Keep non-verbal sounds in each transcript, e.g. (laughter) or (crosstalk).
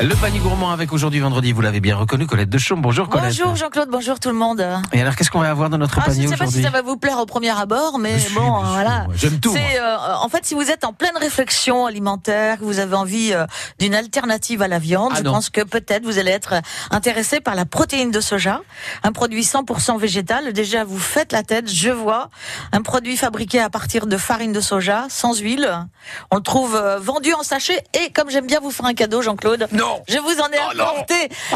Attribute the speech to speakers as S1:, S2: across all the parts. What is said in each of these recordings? S1: Le panier gourmand avec aujourd'hui vendredi, vous l'avez bien reconnu, Colette de Chaume. Bonjour Colette.
S2: Bonjour Jean-Claude, bonjour tout le monde.
S1: Et alors, qu'est-ce qu'on va avoir dans notre
S2: Ah, je
S1: panier
S2: ne sais pas si
S1: aujourd'hui
S2: ça va vous plaire au premier abord, mais
S1: Mais si,
S2: bon, hein,
S1: mais si,
S2: voilà.
S1: moi, J'aime tout. moi.
S2: C'est euh, en fait si vous êtes en pleine réflexion alimentaire, que vous avez envie euh, d'une alternative à la viande,
S1: Ah
S2: je
S1: non.
S2: pense que peut-être vous allez être intéressé par la protéine de soja, un produit 100% végétal. Déjà vous faites la tête, je vois, un produit fabriqué à partir de farine de soja, sans huile. On le trouve euh, vendu en sachet et comme j'aime bien vous faire un cadeau Jean-Claude,
S1: Non
S2: je vous en ai
S1: Oh non
S2: apporté.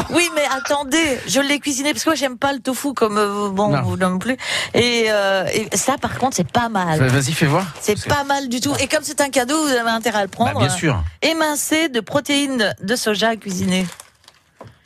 S2: Oui, mais attendez, je l'ai cuisiné parce que moi j'aime pas le tofu comme euh, bon
S1: Non.
S2: vous non plus. Et, euh, et ça par contre c'est pas mal.
S1: Vas-y, fais voir.
S2: C'est pas mal du tout. Et comme c'est un cadeau, vous avez intérêt à le
S1: Bah,
S2: prendre.
S1: bien sûr.
S2: Émincé de protéines de soja à cuisiner.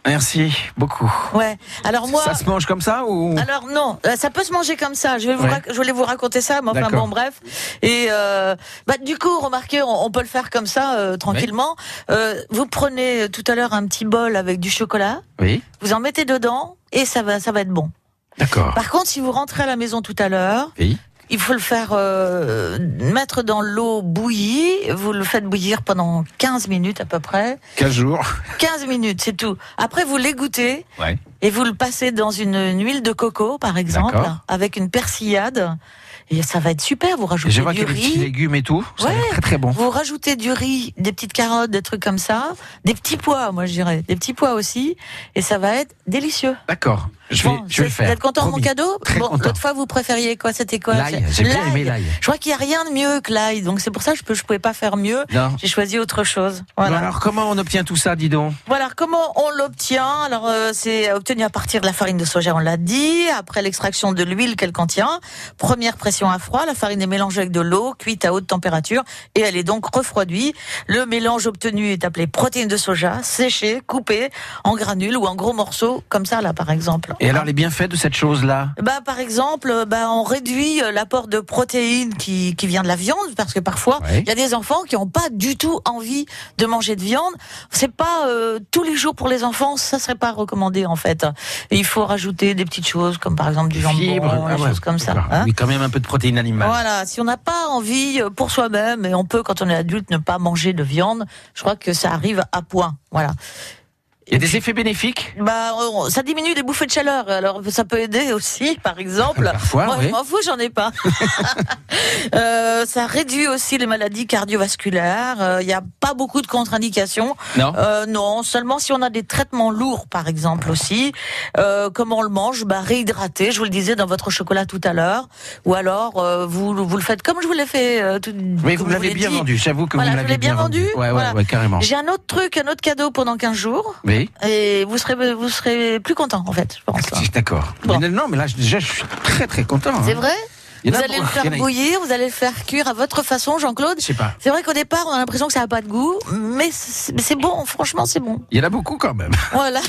S1: Merci beaucoup.
S2: Ouais. Alors moi.
S1: Ça se mange comme ça ou
S2: Alors non, euh, ça peut se manger comme ça. Je, vais vous
S1: Ouais.
S2: rac- je voulais vous raconter ça, mais enfin
S1: D'accord.
S2: bon, bref. Et euh, bah, du coup, remarquez, on, on peut le faire comme ça euh, tranquillement. Euh, vous prenez euh, tout à l'heure un petit bol avec du chocolat,
S1: Oui.
S2: vous en mettez dedans et ça va, ça va être bon.
S1: D'accord.
S2: Par contre, si vous rentrez à la maison tout à l'heure,
S1: Oui.
S2: Il faut le faire euh, mettre dans l'eau bouillie. Vous le faites bouillir pendant 15 minutes à peu près.
S1: 15 jours.
S2: 15 minutes, c'est tout. Après, vous l'égouttez
S1: Ouais.
S2: et vous le passez dans une, une huile de coco, par exemple,
S1: D'accord.
S2: avec une persillade. Et ça va être super. Vous
S1: Et je
S2: rajoutez
S1: vois qu'il y
S2: du
S1: a des petits
S2: riz.
S1: légumes et tout. Ça a l'air
S2: Ouais.
S1: très très bon.
S2: Vous rajoutez du riz, des petites carottes, des trucs comme ça, des petits pois, moi je dirais, des petits pois aussi, et ça va être délicieux.
S1: D'accord. Je vais,
S2: Bon,
S1: je vais le
S2: vous
S1: faire.
S2: êtes content de mon
S1: Promis.
S2: cadeau
S1: Très
S2: Bon,
S1: content.
S2: l'autre fois vous préfériez quoi C'était quoi
S1: L'ail. J'ai
S2: C'est-
S1: bien aimé
S2: L'ail.
S1: l'ail.
S2: Je crois qu'il n'y a rien de mieux que l'ail, donc c'est pour ça que je ne je pouvais pas faire mieux.
S1: Non.
S2: J'ai choisi autre chose.
S1: Bon,
S2: Voilà.
S1: alors, comment on obtient tout ça, dis donc
S2: Voilà, alors comment on l'obtient Alors euh, c'est obtenu à partir de la farine de soja, on l'a dit, après l'extraction de l'huile qu'elle contient, première pression à froid, la farine est mélangée avec de l'eau, cuite à haute température et elle est donc refroidie. Le mélange obtenu est appelé protéine de soja, séché, coupé en granules ou en gros morceaux comme ça là par exemple.
S1: Et alors, les bienfaits de cette chose-là
S2: Bah, par exemple, euh, bah, on réduit euh, l'apport de protéines qui, qui vient de la viande, parce que parfois, il
S1: Ouais.
S2: y a des enfants qui n'ont pas du tout envie de manger de viande. C'est pas euh, tous les jours pour les enfants, ça serait pas recommandé en fait. Et il faut rajouter des petites choses, comme par exemple du jambon,
S1: ah
S2: des
S1: ouais,
S2: choses comme ça.
S1: d'accord.
S2: hein.
S1: oui, quand même un peu de protéines animales.
S2: Voilà, si on n'a pas envie euh, pour soi-même, et on peut quand on est adulte ne pas manger de viande, je crois que ça arrive à point. Voilà.
S1: Il y a des effets bénéfiques
S2: Bah, on- ça diminue les bouffées de chaleur, alors ça peut aider aussi, par exemple.
S1: euh, Parfois,
S2: Moi,
S1: Ah oui.
S2: je m'en fous, j'en
S1: (laughs)
S2: ai pas. Euh, ça réduit aussi les maladies cardiovasculaires. Il n'y a pas beaucoup de contre-indications.
S1: Non
S2: Euh, non, seulement si on a des traitements lourds, par exemple aussi. Euh, comment on le mange bah, Réhydrater, je vous le disais dans votre chocolat tout à l'heure. Ou alors, euh, vous, vous le faites comme je vous l'ai fait. euh, tout,
S1: Oui, vous
S2: comme je
S1: l'avez
S2: l'ai
S1: bien
S2: dit.
S1: vendu, j'avoue que
S2: Voilà,
S1: vous me
S2: je
S1: l'avez
S2: l'ai bien vendu,
S1: Ouais, ouais,
S2: voilà.
S1: ouais, carrément.
S2: J'ai un autre truc, un autre cadeau pendant 15 jours.
S1: Oui,
S2: Et vous serez, vous serez plus content, en fait, je pense.
S1: Ah, c'est d'accord.
S2: Bon.
S1: Mais Non, mais là, je- déjà, je suis très très content. hein.
S2: C'est vrai
S1: Il y
S2: Vous
S1: en a
S2: allez le
S1: pour- il
S2: faire
S1: y en a-
S2: bouillir, vous allez le faire cuire à votre façon, Jean-Claude.
S1: Je sais pas.
S2: C'est vrai qu'au départ, on a l'impression que ça n'a pas de goût, mais c'est mais c'est bon, franchement, c'est bon.
S1: Il y en a beaucoup quand même.
S2: Voilà.